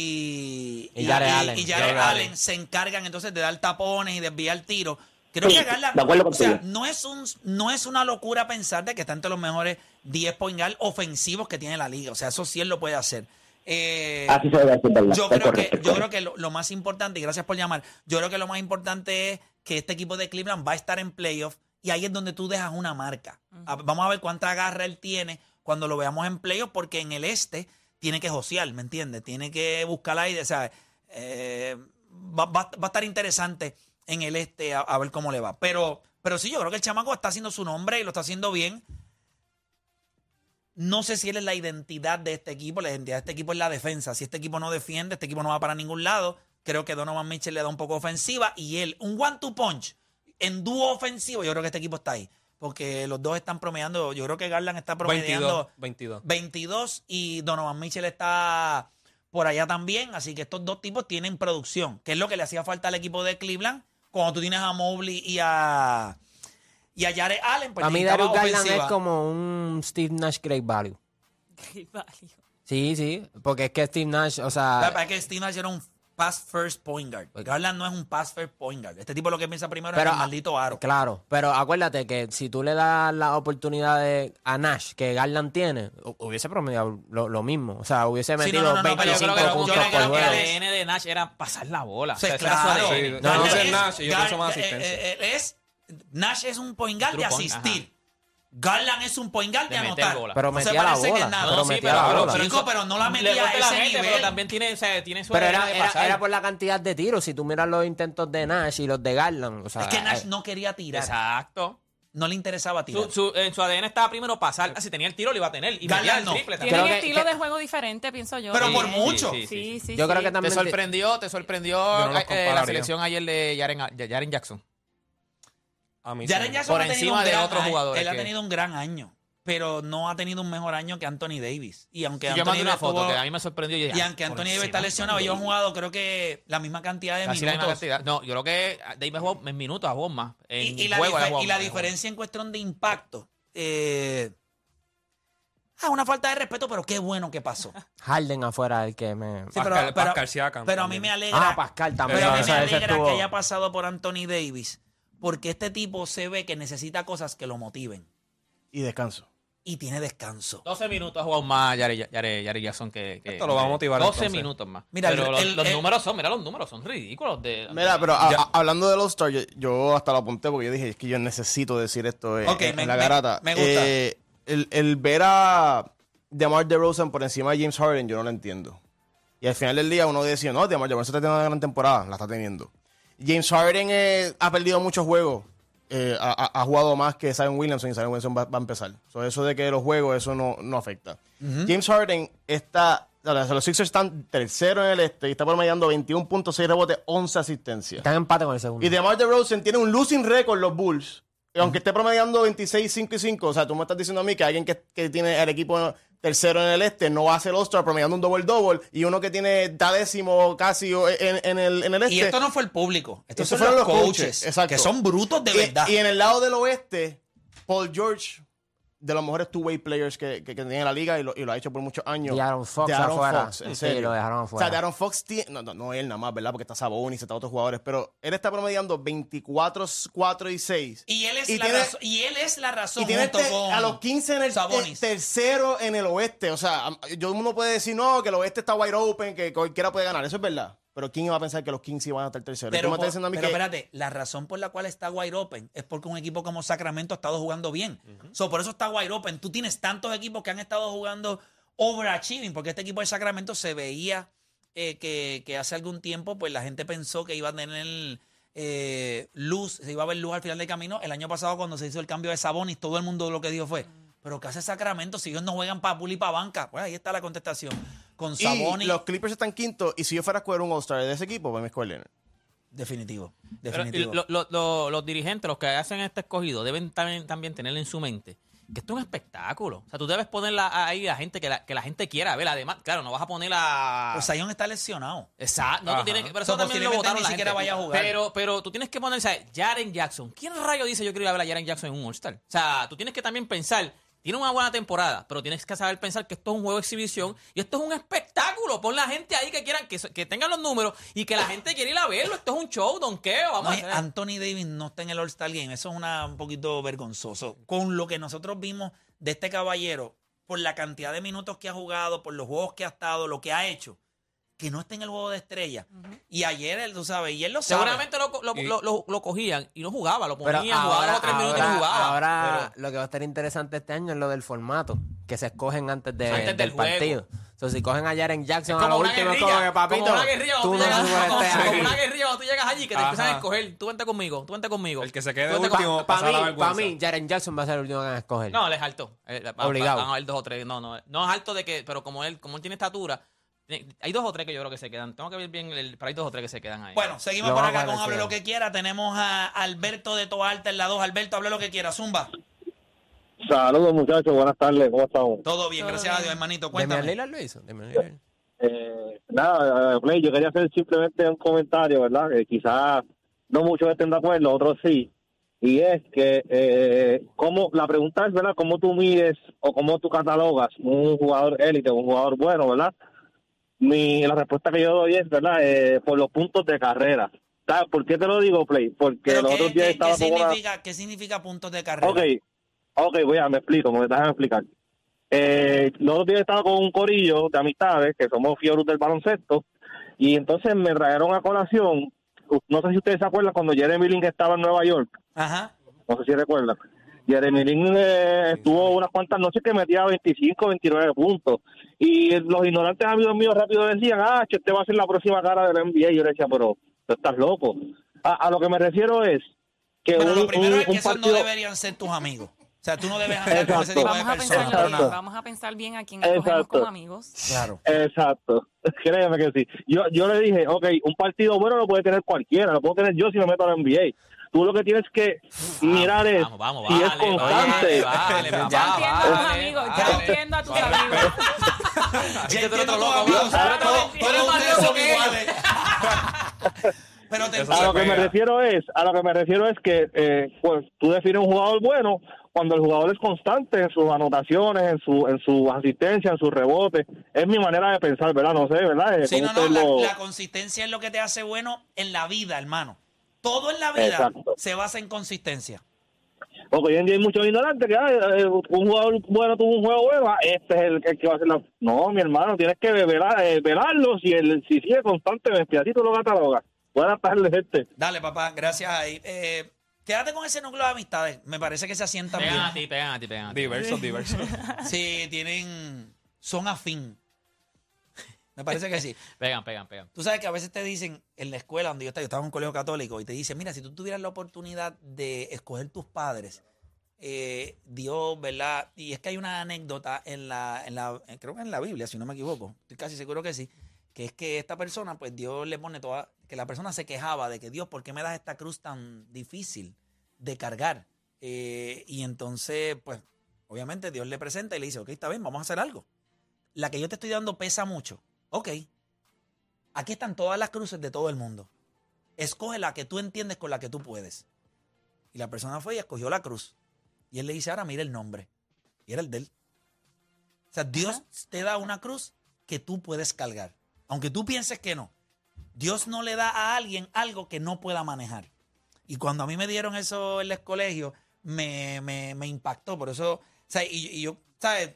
[SPEAKER 3] y,
[SPEAKER 7] Y Jared Allen.
[SPEAKER 3] y Jared
[SPEAKER 7] Jared
[SPEAKER 3] Allen
[SPEAKER 7] Allen.
[SPEAKER 3] se encargan entonces de dar tapones y desviar tiros. Creo
[SPEAKER 9] Sí,
[SPEAKER 3] que Garland...
[SPEAKER 9] de acuerdo
[SPEAKER 3] o sea,
[SPEAKER 9] contigo.
[SPEAKER 3] no es, un, no es una locura pensar de que está entre los mejores 10 point guard ofensivos que tiene la liga. O sea, eso sí él lo puede hacer. Eh,
[SPEAKER 9] Así se debe hacer, ¿verdad?
[SPEAKER 3] yo
[SPEAKER 9] Está
[SPEAKER 3] creo,
[SPEAKER 9] correcto,
[SPEAKER 3] que, yo
[SPEAKER 9] correcto.
[SPEAKER 3] creo que lo, lo más importante, y gracias por llamar, yo creo que lo más importante es que este equipo de Cleveland va a estar en playoff y ahí es donde tú dejas una marca. A- Vamos a ver cuánta garra él tiene cuando lo veamos en playoff, porque en el este tiene que josear, ¿me entiendes? Tiene que buscar aire, ¿sabes? Eh, va, va- va a estar interesante en el este a, a ver cómo le va. Pero, pero sí, yo creo que el chamaco está haciendo su nombre y lo está haciendo bien. No sé si él es la identidad de este equipo. La identidad de este equipo es la defensa. Si este equipo no defiende, este equipo no va para ningún lado. Creo que Donovan Mitchell le da un poco ofensiva y él, un one-two punch en dúo ofensivo. Yo creo que este equipo está ahí. Porque los dos están promediando. Yo creo que Garland está promediando
[SPEAKER 4] 22. 22.
[SPEAKER 3] 22 y Donovan Mitchell está por allá también. Así que estos dos tipos tienen producción, que es lo que le hacía falta al equipo de Cleveland. Cuando tú tienes a Mobley y a, y a Jared Allen, pues
[SPEAKER 7] a mí
[SPEAKER 3] necesitaba
[SPEAKER 7] Darius Garland es
[SPEAKER 3] ofensiva.
[SPEAKER 7] como un Steve Nash Great Value.
[SPEAKER 8] Qué válido.
[SPEAKER 7] Sí, sí, porque es que Steve Nash, o
[SPEAKER 3] La verdad
[SPEAKER 7] sea,
[SPEAKER 3] es que Steve Nash era un pass first point guard. Garland no es un pass first point guard. Este tipo lo que piensa primero
[SPEAKER 7] Pero, ah,
[SPEAKER 3] es el maldito aro.
[SPEAKER 7] Claro, pero acuérdate que si tú le das la oportunidad de- a Nash que Garland tiene, hu- hubiese promediado lo, lo mismo. O sea, hubiese
[SPEAKER 3] Sí,
[SPEAKER 7] metido
[SPEAKER 3] no, no, no, no, pero yo
[SPEAKER 7] 25
[SPEAKER 3] creo que- yo
[SPEAKER 7] puntos
[SPEAKER 3] creo que
[SPEAKER 7] por
[SPEAKER 3] lo que
[SPEAKER 7] juego.
[SPEAKER 3] era
[SPEAKER 5] El ADN de Nash era pasar la bola.
[SPEAKER 3] O sea,
[SPEAKER 5] O sea, eso era
[SPEAKER 3] claro.
[SPEAKER 5] su ADN.
[SPEAKER 4] No,
[SPEAKER 3] Garland
[SPEAKER 4] no sé
[SPEAKER 3] es-
[SPEAKER 4] Nash, ellos
[SPEAKER 3] Gar-
[SPEAKER 4] son más
[SPEAKER 3] eh,
[SPEAKER 4] asistencia.
[SPEAKER 3] eh, eh, es, Nash es un point guard de
[SPEAKER 5] True point,
[SPEAKER 3] asistir. Garland es un point guard de,
[SPEAKER 5] De meter
[SPEAKER 3] anotar.
[SPEAKER 5] bola.
[SPEAKER 7] Pero
[SPEAKER 3] No se
[SPEAKER 7] metía la
[SPEAKER 3] parece que
[SPEAKER 7] bola,
[SPEAKER 3] nada.
[SPEAKER 7] pero
[SPEAKER 3] No, sí,
[SPEAKER 7] metía la bola.
[SPEAKER 3] Chico, pero no la metía
[SPEAKER 5] Le
[SPEAKER 3] a
[SPEAKER 5] mete la
[SPEAKER 3] ese
[SPEAKER 5] mente,
[SPEAKER 3] nivel.
[SPEAKER 5] Pero también tiene, o sea, tiene su
[SPEAKER 7] Pero
[SPEAKER 5] ADN
[SPEAKER 7] era,
[SPEAKER 5] de
[SPEAKER 7] era-
[SPEAKER 5] pasar.
[SPEAKER 7] era por la cantidad de tiros. Si tú miras los intentos de Nash y los de Garland, o sea,
[SPEAKER 3] Es que Nash
[SPEAKER 7] eh,
[SPEAKER 3] no quería tirar.
[SPEAKER 5] Exacto.
[SPEAKER 3] No le interesaba tirar.
[SPEAKER 5] Su, su, en su ADN estaba primero pasar. Ah, Si tenía el tiro, lo iba a tener. Y
[SPEAKER 3] Galán
[SPEAKER 5] metía el
[SPEAKER 3] no.
[SPEAKER 5] triple también.
[SPEAKER 8] Tienen
[SPEAKER 7] Creo que-
[SPEAKER 8] estilo
[SPEAKER 7] que-
[SPEAKER 8] de juego diferente, pienso yo.
[SPEAKER 3] Pero
[SPEAKER 8] Sí,
[SPEAKER 3] por
[SPEAKER 8] sí,
[SPEAKER 3] mucho.
[SPEAKER 5] Sí, sí, sí.
[SPEAKER 8] Sí, sí.
[SPEAKER 7] yo creo
[SPEAKER 8] sí.
[SPEAKER 7] que también
[SPEAKER 10] Te sorprendió, te sorprendió
[SPEAKER 4] Yo no los
[SPEAKER 10] eh, la
[SPEAKER 4] compararía.
[SPEAKER 10] selección ayer de Jaren, Jaren Jackson.
[SPEAKER 4] A mí sí.
[SPEAKER 3] Jaren Jackson
[SPEAKER 10] Por
[SPEAKER 3] ha tenido
[SPEAKER 10] encima
[SPEAKER 3] un
[SPEAKER 10] de
[SPEAKER 3] gran
[SPEAKER 10] otros
[SPEAKER 3] año.
[SPEAKER 10] jugadores
[SPEAKER 3] Él ha
[SPEAKER 10] que-
[SPEAKER 3] tenido un gran año, pero no ha tenido un mejor año que Anthony Davis. Y aunque
[SPEAKER 10] Sí, yo
[SPEAKER 3] Anthony
[SPEAKER 10] mandé
[SPEAKER 3] Davis,
[SPEAKER 10] una foto
[SPEAKER 3] tuvo-
[SPEAKER 10] que a mí me sorprendió. yo dije,
[SPEAKER 3] y
[SPEAKER 10] ah,
[SPEAKER 3] aunque
[SPEAKER 10] por
[SPEAKER 3] Anthony Davis está
[SPEAKER 10] encima,
[SPEAKER 3] lesionado, ellos han jugado creo que la misma cantidad de
[SPEAKER 10] casi la misma
[SPEAKER 3] minutos.
[SPEAKER 10] cantidad. No, yo creo que Davis jugó en minutos, a jugó más. En
[SPEAKER 3] Y, y la,
[SPEAKER 10] juego,
[SPEAKER 3] dife-
[SPEAKER 10] él ha jugado más, él
[SPEAKER 3] y la
[SPEAKER 10] ha jugado más.
[SPEAKER 3] diferencia en cuestión de impacto. Eh, ah, una falta de respeto, pero qué bueno que pasó.
[SPEAKER 7] Harden afuera el que me.
[SPEAKER 3] Sí, pero,
[SPEAKER 4] Pascal-
[SPEAKER 3] pero-
[SPEAKER 4] Pascal Siakam
[SPEAKER 3] pero a mí
[SPEAKER 4] también.
[SPEAKER 3] me alegra.
[SPEAKER 7] Ah, Pascal también.
[SPEAKER 3] Pero a
[SPEAKER 7] o
[SPEAKER 3] mí me
[SPEAKER 7] sea, ese
[SPEAKER 3] alegra
[SPEAKER 7] estuvo-
[SPEAKER 3] que haya pasado por Anthony Davis, porque este tipo se ve que necesita cosas que lo motiven
[SPEAKER 6] Y descanso.
[SPEAKER 3] y tiene descanso.
[SPEAKER 5] 12 minutos
[SPEAKER 10] Ha jugado más Jaren, Jaren- Jaren Jackson que, que-
[SPEAKER 4] Esto lo va a motivar,
[SPEAKER 5] 12
[SPEAKER 4] entonces.
[SPEAKER 5] minutos más.
[SPEAKER 3] Mira,
[SPEAKER 5] Pero
[SPEAKER 3] el-
[SPEAKER 5] los,
[SPEAKER 3] el-
[SPEAKER 5] los
[SPEAKER 3] el-
[SPEAKER 5] números son, mira los números, son ridículos. De,
[SPEAKER 6] Mira, pero a- a- hablando del All-Star, yo, yo hasta lo apunté porque yo dije, es que yo necesito decir esto en,
[SPEAKER 3] Ok,
[SPEAKER 6] en
[SPEAKER 3] me-
[SPEAKER 6] la
[SPEAKER 3] me-
[SPEAKER 6] garata.
[SPEAKER 3] me gusta.
[SPEAKER 6] Eh, el, el ver a DeMar DeRozan por encima de James Harden, yo no lo entiendo. Y al final del día uno decía, no, DeMar DeRozan está teniendo una gran temporada, la está teniendo. James Harden eh, ha perdido muchos juegos. eh, ha, ha- ha jugado más que Zion Williamson y Zion Williamson va, va a empezar. So, eso de que los juegos, eso no, no afecta. James Harden está... o sea, Los Sixers están tercero en el este y está promediando 21.6 rebotes, 11 asistencias.
[SPEAKER 7] Está en empate con el segundo.
[SPEAKER 6] Y DeMar DeRozan tiene un losing record los Bulls. Y aunque esté promediando 26, 5 y 5, o sea, tú me estás diciendo a mí que alguien que, que tiene el equipo tercero en el este no va a ser All-Star promediando un double-double y uno que tiene está décimo casi o- en, en el, en el este.
[SPEAKER 3] Y esto no fue el público, estos
[SPEAKER 6] Estos
[SPEAKER 3] son los
[SPEAKER 6] fueron los
[SPEAKER 3] coaches,
[SPEAKER 6] coaches, exacto.
[SPEAKER 3] que son brutos de
[SPEAKER 6] Y-
[SPEAKER 3] verdad.
[SPEAKER 6] Y, en el lado del oeste, Paul George, de los mejores two-way players que, que, que tiene la liga y lo, y lo ha hecho por muchos años.
[SPEAKER 7] Y Aaron Fox
[SPEAKER 6] De Aaron
[SPEAKER 7] afuera.
[SPEAKER 6] Fox, en
[SPEAKER 7] Sí,
[SPEAKER 6] serio.
[SPEAKER 7] lo dejaron
[SPEAKER 6] O sea,
[SPEAKER 7] afuera.
[SPEAKER 6] de Aaron Fox, ti- no, no, no él nada más, ¿verdad? Porque está Sabonis, está otros jugadores, pero él está promediando 24, 4 y 6.
[SPEAKER 3] Y él es,
[SPEAKER 6] Y
[SPEAKER 3] la,
[SPEAKER 6] tiene-
[SPEAKER 3] razón, y él es la razón
[SPEAKER 6] Y tiene
[SPEAKER 3] junto
[SPEAKER 6] te-
[SPEAKER 3] con
[SPEAKER 6] a los 15 en el
[SPEAKER 3] Sabonis.
[SPEAKER 6] te- tercero en el oeste. O sea, am- yo uno puede decir, no, que el oeste está wide open, que cualquiera puede ganar. Eso es verdad. Pero ¿quién iba a pensar que los 15 iban a estar terceros? Tú
[SPEAKER 3] Pero,
[SPEAKER 6] me
[SPEAKER 3] por-
[SPEAKER 6] estás diciendo a mí
[SPEAKER 3] pero
[SPEAKER 6] que-
[SPEAKER 3] espérate, la razón por la cual está wide open es porque un equipo como Sacramento ha estado jugando bien. So, por eso está wide open. Tú tienes tantos equipos que han estado jugando overachieving, porque este equipo de Sacramento se veía eh, que, que hace algún tiempo, pues la gente pensó que iba a tener eh, luz, se iba a ver luz al final del camino. El año pasado, cuando se hizo el cambio de Sabonis, todo el mundo lo que dijo fue. Pero ¿qué hace Sacramento si ellos no juegan para puli y para banca? Pues ahí está la contestación. Con
[SPEAKER 6] Y
[SPEAKER 3] Sabonis,
[SPEAKER 6] los Clippers están quinto. Y si yo fuera a escoger un All-Star de ese equipo, pues me escoger Leonard.
[SPEAKER 3] definitivo.
[SPEAKER 5] Pero
[SPEAKER 3] Definitivo.
[SPEAKER 5] lo- lo- lo- los dirigentes, los que hacen este escogido, deben también, también tener en su mente que esto es un espectáculo. O sea, tú debes ponerla ahí a gente que la, que la gente quiera ver. Además, claro, no vas a poner a...
[SPEAKER 3] Pues Zion está lesionado.
[SPEAKER 5] Exacto, no, tú
[SPEAKER 4] Ajá.
[SPEAKER 5] tienes que, pero
[SPEAKER 3] So,
[SPEAKER 5] eso también lo
[SPEAKER 3] posiblemente
[SPEAKER 5] votaron
[SPEAKER 3] ni
[SPEAKER 5] la
[SPEAKER 3] siquiera
[SPEAKER 5] gente.
[SPEAKER 3] vaya a jugar.
[SPEAKER 5] Pero, pero tú tienes que poner, ¿sabes? Jaren Jackson. ¿Quién rayo dice yo quiero ir a ver a Jaren Jackson en un All-Star? O sea, tú tienes que también pensar, tiene una buena temporada, pero tienes que saber pensar que esto es un juego de exhibición y esto es un espectáculo. Pon la gente ahí que quieran, que, que tengan los números y que la gente quiera ir a verlo. Esto es un show, donqueo,
[SPEAKER 3] No,
[SPEAKER 5] vamos
[SPEAKER 3] y
[SPEAKER 5] a hacer.
[SPEAKER 3] Anthony Davis no está en el All-Star Game. Eso es una, un poquito vergonzoso. Con lo que nosotros vimos de este caballero, por la cantidad de minutos que ha jugado, por los juegos que ha estado, lo que ha hecho, que no está en el juego de estrella. Y ayer él, tú sabes, y él lo sabe.
[SPEAKER 5] Seguramente lo, lo- lo- lo- lo cogían y no jugaba, lo
[SPEAKER 7] Pero
[SPEAKER 5] ponían, jugaba los tres minutos y no
[SPEAKER 7] ahora-
[SPEAKER 5] jugaba.
[SPEAKER 7] ahora lo que va a estar interesante este año es lo del formato, que se escogen antes, de-
[SPEAKER 5] Antes del
[SPEAKER 7] del,
[SPEAKER 5] juego.
[SPEAKER 7] partido. O sea, si cogen a Jaren Jackson
[SPEAKER 5] Es
[SPEAKER 7] a lo
[SPEAKER 5] como una
[SPEAKER 7] último, es como que
[SPEAKER 5] guerrilla.
[SPEAKER 7] papito,
[SPEAKER 5] como una guerrilla cuando
[SPEAKER 7] tú
[SPEAKER 5] tú
[SPEAKER 7] no
[SPEAKER 5] llegas-
[SPEAKER 7] subes
[SPEAKER 5] como-
[SPEAKER 7] este
[SPEAKER 5] como
[SPEAKER 7] año.
[SPEAKER 5] una guerrilla cuando tú llegas allí que te
[SPEAKER 4] Ajá.
[SPEAKER 5] empiezan a escoger. Tú vente conmigo, tú vente conmigo.
[SPEAKER 4] El que se quede
[SPEAKER 5] Tú vente
[SPEAKER 4] último.
[SPEAKER 5] conmigo.
[SPEAKER 4] Pasa la
[SPEAKER 7] Para mí,
[SPEAKER 4] vergüenza.
[SPEAKER 7] pa' mí, Jaren Jackson va a ser el último que van a escoger.
[SPEAKER 5] No, él es alto. Eh, va- va-
[SPEAKER 7] Obligado.
[SPEAKER 5] Van a haber dos o tres. No, no. No es alto de que, pero como él, como él tiene estatura, tiene- hay dos o tres que yo creo que se quedan. Tengo que ver bien, el, pero hay dos o tres que se quedan ahí.
[SPEAKER 3] Bueno, seguimos
[SPEAKER 7] Lo
[SPEAKER 3] por
[SPEAKER 7] vamos a
[SPEAKER 3] acá con
[SPEAKER 7] ver,
[SPEAKER 3] Hable
[SPEAKER 7] sí.
[SPEAKER 3] lo que quiera. Tenemos a Alberto de Toa Alta en la 2. Alberto, hable lo que quiera. Zumba.
[SPEAKER 11] Saludos muchachos, buenas tardes, ¿cómo estamos?
[SPEAKER 3] Todo bien,
[SPEAKER 8] Todo
[SPEAKER 3] gracias a
[SPEAKER 8] bien.
[SPEAKER 3] Dios, hermanito.
[SPEAKER 7] Damian
[SPEAKER 3] Cuéntame.
[SPEAKER 7] Lillard lo hizo. Damian Lillard.
[SPEAKER 11] Eh, nada, eh, Play, yo quería hacer simplemente un comentario, ¿verdad? Que quizás no muchos estén de acuerdo, otros sí. Y es que, eh, cómo, la pregunta es, ¿verdad? ¿Cómo tú mides o cómo tú catalogas un jugador élite, un jugador bueno, ¿verdad? mi, la respuesta que yo doy es, ¿verdad? Eh, por los puntos de carrera. ¿Sabes por qué te lo digo, Play? Porque
[SPEAKER 3] Pero
[SPEAKER 11] los
[SPEAKER 3] ¿qué-
[SPEAKER 11] otros días
[SPEAKER 3] qué-
[SPEAKER 11] estaba
[SPEAKER 3] qué
[SPEAKER 11] con una-
[SPEAKER 3] significa, ¿Qué significa puntos de carrera?
[SPEAKER 11] Ok, ok, voy a, me explico, me déjame explicar. Eh, los otros días estaba con un corillo de amistades, que somos fieros del baloncesto, y entonces me trajeron a colación, u- no sé si ustedes se acuerdan cuando Jeremy Lin estaba en Nueva York,
[SPEAKER 3] Ajá.
[SPEAKER 11] no sé si recuerdan. Jeremy Lin eh, estuvo unas cuantas noches que metía 25, 29 puntos. Y los ignorantes amigos míos rápido decían, ah, che, este va a ser la próxima cara del NBA. Y yo le decía, pero tú estás loco. A, a lo que me refiero es que
[SPEAKER 3] Pero
[SPEAKER 11] un,
[SPEAKER 3] lo primero
[SPEAKER 11] un-
[SPEAKER 3] es que
[SPEAKER 11] un
[SPEAKER 3] esos
[SPEAKER 11] partido...
[SPEAKER 3] no deberían ser tus amigos. O sea, tú no debes andar con ese
[SPEAKER 11] Exacto.
[SPEAKER 3] tipo de
[SPEAKER 8] Vamos a
[SPEAKER 3] personas.
[SPEAKER 8] pensarlo
[SPEAKER 3] para
[SPEAKER 8] bien.
[SPEAKER 3] nada.
[SPEAKER 8] Vamos a pensar bien a quién escogemos
[SPEAKER 11] Exacto.
[SPEAKER 8] como amigos.
[SPEAKER 3] Claro.
[SPEAKER 11] Exacto, créeme que sí. Yo, yo le dije, ok, un partido bueno lo puede tener cualquiera, lo puedo tener yo si me meto a la NBA. Tú lo que tienes que mirar es
[SPEAKER 10] Vamos, vamos,
[SPEAKER 11] si
[SPEAKER 10] vale.
[SPEAKER 11] es constante.
[SPEAKER 10] Oye, vale, vale, vale,
[SPEAKER 8] Ya entiendo a tus
[SPEAKER 10] vale,
[SPEAKER 8] amigos,
[SPEAKER 10] vale.
[SPEAKER 8] ya entiendo a tus amigos.
[SPEAKER 3] Ya
[SPEAKER 10] Este es otro
[SPEAKER 3] entiendo
[SPEAKER 10] loco,
[SPEAKER 3] tu
[SPEAKER 10] vamos.
[SPEAKER 3] amigo.
[SPEAKER 10] Tú eres-
[SPEAKER 3] Todos-
[SPEAKER 10] tú eres
[SPEAKER 3] todos
[SPEAKER 10] más
[SPEAKER 3] ustedes
[SPEAKER 10] loco
[SPEAKER 3] son
[SPEAKER 10] que él.
[SPEAKER 3] iguales. Pero te
[SPEAKER 4] Eso
[SPEAKER 11] a
[SPEAKER 4] se
[SPEAKER 11] lo que me
[SPEAKER 4] pega.
[SPEAKER 11] refiero es, a lo que me refiero es que eh, pues, tú defines un jugador bueno cuando el jugador es constante en sus anotaciones, en su en su asistencia, en sus rebotes. Es mi manera de pensar, ¿verdad? No sé, ¿verdad? Eh,
[SPEAKER 3] Sí,
[SPEAKER 11] ¿cómo
[SPEAKER 3] no, no,
[SPEAKER 11] ustedes
[SPEAKER 3] la,
[SPEAKER 11] lo-
[SPEAKER 3] la consistencia es lo que te hace bueno en la vida, hermano. Todo en la vida
[SPEAKER 11] Exacto.
[SPEAKER 3] se basa en consistencia.
[SPEAKER 11] Porque hoy en día hay muchos ignorantes que ah, eh, un jugador bueno tuvo un juego bueno, ah, este es el, el que va a hacer la... No, mi hermano, tienes que velar, eh, velarlo si, el, si sigue constante, tú lo catalogas. Buenas tardes, gente.
[SPEAKER 3] Dale, papá, gracias ahí. Eh, quédate con ese núcleo de amistades. Me parece que se asientan
[SPEAKER 10] Pegan a
[SPEAKER 3] bien.
[SPEAKER 10] ti, pegan a ti, pegan a ti.
[SPEAKER 4] Diverso, diverso.
[SPEAKER 3] Sí, tienen. Son afín. Me parece que sí.
[SPEAKER 10] Pegan, pegan, pegan.
[SPEAKER 3] Tú sabes que a veces te dicen en la escuela donde yo estaba, yo estaba en un colegio católico, y te dicen, mira, si tú tuvieras la oportunidad de escoger tus padres, eh, Dios, ¿verdad? Y es que hay una anécdota en la, en la, eh, creo que en la Biblia, si no me equivoco, estoy casi seguro que sí, que es que esta persona, pues Dios le pone toda, que la persona se quejaba de que Dios, ¿por qué me das esta cruz tan difícil de cargar? Eh, y entonces, pues, obviamente Dios le presenta y le dice, ok, está bien, vamos a hacer algo. La que yo te estoy dando pesa mucho. Ok, Aquí están todas las cruces de todo el mundo. Escoge la que tú entiendes con la que tú puedes. Y la persona fue y escogió la cruz. Y él le dice, ahora mira el nombre. Y era el de él. O sea, Dios te da una cruz que tú puedes cargar. Aunque tú pienses que no. Dios no le da a alguien algo que no pueda manejar. Y cuando a mí me dieron eso en el colegio, me, me- me impactó. Por eso, o sea, y, y yo, ¿sabes?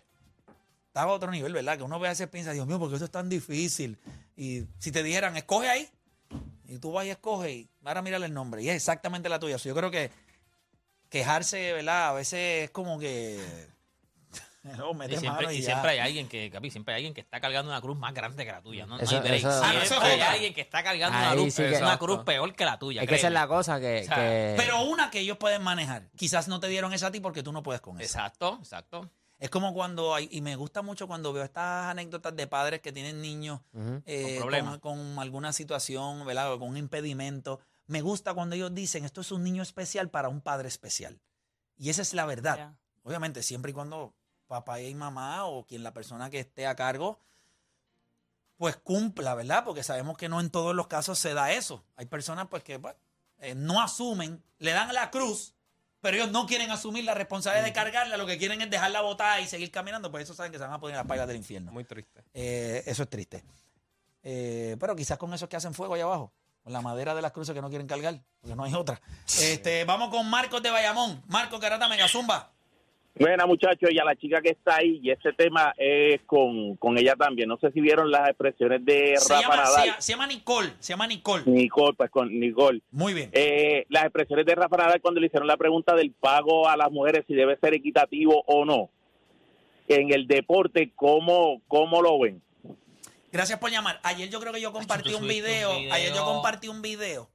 [SPEAKER 3] Estaba a otro nivel, ¿verdad? Que uno ve a veces piensa, Dios mío, porque eso es tan difícil. Y si te dijeran, escoge ahí, y tú vas y escoges, y ahora mírale el nombre. Y es exactamente la tuya. So, yo creo que quejarse, ¿verdad? A veces es como que. No, mete
[SPEAKER 10] Y
[SPEAKER 3] Este mano
[SPEAKER 10] siempre,
[SPEAKER 3] y
[SPEAKER 10] y
[SPEAKER 3] ya.
[SPEAKER 10] siempre hay alguien que, Capi, siempre hay alguien que está cargando una cruz más grande que la tuya. No, No
[SPEAKER 7] Eso-
[SPEAKER 10] hay break.
[SPEAKER 7] eso- Ah,
[SPEAKER 3] no, eso es
[SPEAKER 10] Siempre hay
[SPEAKER 3] otra.
[SPEAKER 10] alguien que está cargando una
[SPEAKER 7] Ahí
[SPEAKER 10] cruz, eh,
[SPEAKER 7] sí que-
[SPEAKER 10] una
[SPEAKER 7] Exacto.
[SPEAKER 10] cruz peor que la tuya.
[SPEAKER 7] Es que esa es
[SPEAKER 10] créeme.
[SPEAKER 7] la cosa que.
[SPEAKER 10] O sea,
[SPEAKER 7] que-
[SPEAKER 3] Pero una que ellos pueden manejar. Quizás no te dieron esa a ti porque tú no puedes con esa.
[SPEAKER 10] Exacto, exacto.
[SPEAKER 3] Es como cuando hay, y me gusta mucho cuando veo estas anécdotas de padres que tienen niños eh,
[SPEAKER 10] Con
[SPEAKER 3] con,
[SPEAKER 10] problemas.
[SPEAKER 3] con alguna situación, ¿verdad? O con un impedimento. Me gusta cuando ellos dicen, esto es un niño especial para un padre especial. Y esa es la verdad.
[SPEAKER 8] Ya.
[SPEAKER 3] Obviamente, siempre y cuando papá y mamá o quien la persona que esté a cargo, pues cumpla, ¿verdad? Porque sabemos que no en todos los casos se da eso. Hay personas pues que pues, eh, no asumen, le dan la cruz, pero ellos no quieren asumir la responsabilidad de cargarla, lo que quieren es dejarla botada y seguir caminando, pues eso saben que se van a poner en las pailas del infierno.
[SPEAKER 4] Muy triste.
[SPEAKER 3] Eh, eso es triste. Eh, pero quizás con esos que hacen fuego allá abajo, con la madera de las cruces que no quieren cargar, porque no hay otra. Este, vamos con Marcos de Bayamón. Marcos Carata Megazumba.
[SPEAKER 12] Buena muchachos, y a la chica que está ahí, y ese tema es con, con ella también. No sé si vieron las expresiones de
[SPEAKER 3] Se
[SPEAKER 12] Rafa
[SPEAKER 3] llama,
[SPEAKER 12] Nadal.
[SPEAKER 3] se- se llama Nicole. Se llama Nicole.
[SPEAKER 12] Nicole, pues con Nicole.
[SPEAKER 3] Muy bien.
[SPEAKER 12] Eh, las expresiones de Rafa Nadal cuando le hicieron la pregunta del pago a las mujeres, si debe ser equitativo o no. En el deporte, ¿cómo, cómo lo ven?
[SPEAKER 3] Gracias por llamar. Ayer yo creo que yo compartí
[SPEAKER 10] tú
[SPEAKER 3] un
[SPEAKER 10] subiste un
[SPEAKER 3] video,
[SPEAKER 10] video.
[SPEAKER 3] Ayer yo compartí un video.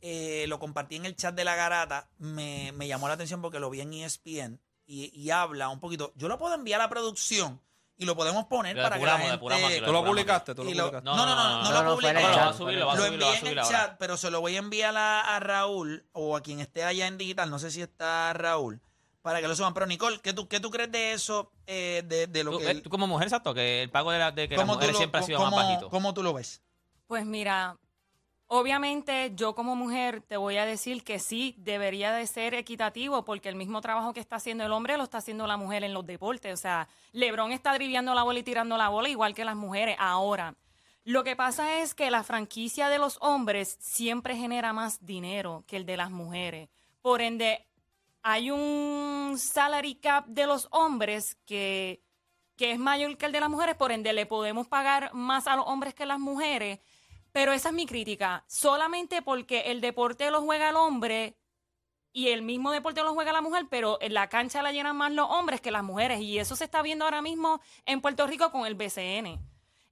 [SPEAKER 3] Eh, lo compartí en el chat de la garata. Me, me llamó la atención porque lo vi en E ESPN y, y habla un poquito. Yo lo puedo enviar a la producción y lo podemos poner
[SPEAKER 10] Lo
[SPEAKER 3] para
[SPEAKER 10] depuramos,
[SPEAKER 3] que la
[SPEAKER 10] depuramos
[SPEAKER 3] gente-
[SPEAKER 10] aquí,
[SPEAKER 4] Tú lo publicaste, tú lo
[SPEAKER 3] y lo-
[SPEAKER 4] publicaste.
[SPEAKER 3] no, no, no, no,
[SPEAKER 7] no,
[SPEAKER 3] lo
[SPEAKER 7] no, fue en
[SPEAKER 3] publiqué.
[SPEAKER 7] el
[SPEAKER 10] Bueno,
[SPEAKER 7] chat.
[SPEAKER 10] lo va a subir, lo va a
[SPEAKER 3] Lo
[SPEAKER 10] subir, lo va a
[SPEAKER 3] envié en
[SPEAKER 10] subir
[SPEAKER 3] el
[SPEAKER 10] ahora.
[SPEAKER 3] chat, pero se lo voy a enviar a, a Raúl o a quien esté allá en digital. No sé si está Raúl para que lo suban. Pero Nicole, ¿qué tú, qué tú crees de eso? eh, de, de lo
[SPEAKER 10] Tú,
[SPEAKER 3] que
[SPEAKER 10] eh, tú como mujer, exacto, que el pago de, la, de que las
[SPEAKER 3] ¿Cómo tú
[SPEAKER 10] mujeres
[SPEAKER 3] lo-
[SPEAKER 10] siempre ha sido
[SPEAKER 3] cómo-
[SPEAKER 10] más bajito.
[SPEAKER 3] ¿Cómo tú lo ves?
[SPEAKER 8] Pues mira, Obviamente, yo como mujer te voy a decir que sí, debería de ser equitativo, porque el mismo trabajo que está haciendo el hombre lo está haciendo la mujer en los deportes. O sea, Lebron está driviando la bola y tirando la bola igual que las mujeres ahora. Lo que pasa es que la franquicia de los hombres siempre genera más dinero que el de las mujeres. Por ende, hay un salary cap de los hombres que, que es mayor que el de las mujeres, por ende le podemos pagar más a los hombres que a las mujeres. Pero esa es mi crítica. Solamente porque el deporte lo juega el hombre y el mismo deporte lo juega la mujer, pero en la cancha la llenan más los hombres que las mujeres. Y eso se está viendo ahora mismo en Puerto Rico con el BCN.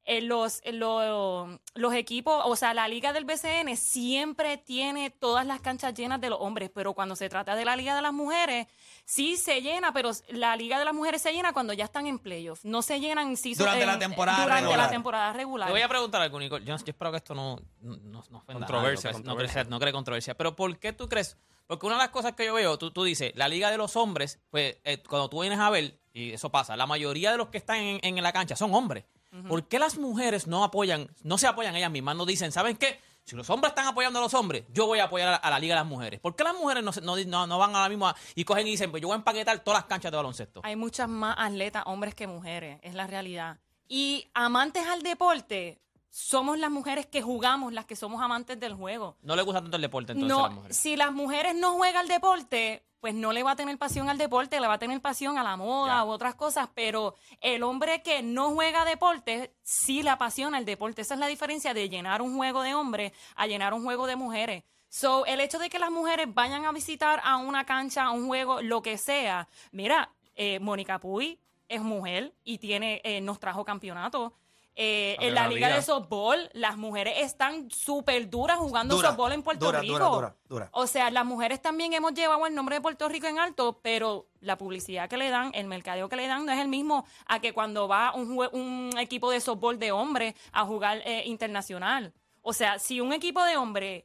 [SPEAKER 8] Eh, los, eh, lo- los equipos, o sea, la liga del BCN siempre tiene todas las canchas llenas de los hombres, pero cuando se trata de la liga de las mujeres, sí se llena, pero la liga de las mujeres se llena cuando ya están en playoffs, no se llenan en season-
[SPEAKER 3] Durante
[SPEAKER 8] en-
[SPEAKER 3] la temporada
[SPEAKER 8] durante
[SPEAKER 3] regular.
[SPEAKER 8] la temporada regular.
[SPEAKER 5] Te voy a preguntar algo, Nicole. Yo, yo espero que esto no, no, no- no ofenda.
[SPEAKER 4] Controversia,
[SPEAKER 5] a nadie, pues, no-
[SPEAKER 4] controversia.
[SPEAKER 5] No, cree- no cree controversia. Pero ¿por qué tú crees? Porque una de las cosas que yo veo, tú, tú dices, la liga de los hombres, pues eh, cuando tú vienes a ver, y eso pasa, la mayoría de los que están en, en la cancha son hombres. ¿Por qué las mujeres no apoyan, no se apoyan ellas mismas? No dicen, ¿saben qué? Si los hombres están apoyando a los hombres, yo voy a apoyar a la, a la Liga de las Mujeres. ¿Por qué las mujeres no, se- no, di- no- no van a la misma y cogen y dicen, pues yo voy a empaquetar todas las canchas de baloncesto?
[SPEAKER 8] Hay muchas más atletas hombres que mujeres, es la realidad. Y amantes al deporte, somos las mujeres que jugamos, las que somos amantes del juego.
[SPEAKER 5] No les gusta tanto el deporte entonces a las
[SPEAKER 8] no,
[SPEAKER 5] mujeres.
[SPEAKER 8] si las mujeres no juegan al deporte, pues no le va a tener pasión al deporte, le va a tener pasión a la moda
[SPEAKER 5] Ya.
[SPEAKER 8] u otras cosas, pero el hombre que no juega deporte sí le apasiona el deporte. Esa es la diferencia de llenar un juego de hombres a llenar un juego de mujeres. So, el hecho de que las mujeres vayan a visitar a una cancha, a un juego, lo que sea, mira, eh, Mónica Puy es mujer y tiene, eh, nos trajo campeonato. Eh,
[SPEAKER 4] Campeona
[SPEAKER 8] en la
[SPEAKER 4] de la
[SPEAKER 8] liga
[SPEAKER 4] liga.
[SPEAKER 8] de softball, las mujeres están súper duras jugando
[SPEAKER 13] Dura,
[SPEAKER 8] softball en Puerto
[SPEAKER 13] dura,
[SPEAKER 8] Rico.
[SPEAKER 13] dura, dura, dura.
[SPEAKER 8] O sea, las mujeres también hemos llevado el nombre de Puerto Rico en alto, pero la publicidad que le dan, el mercadeo que le dan, no es el mismo a que cuando va un, jue- un equipo de softball de hombre a jugar eh, internacional. O sea, si un equipo de hombre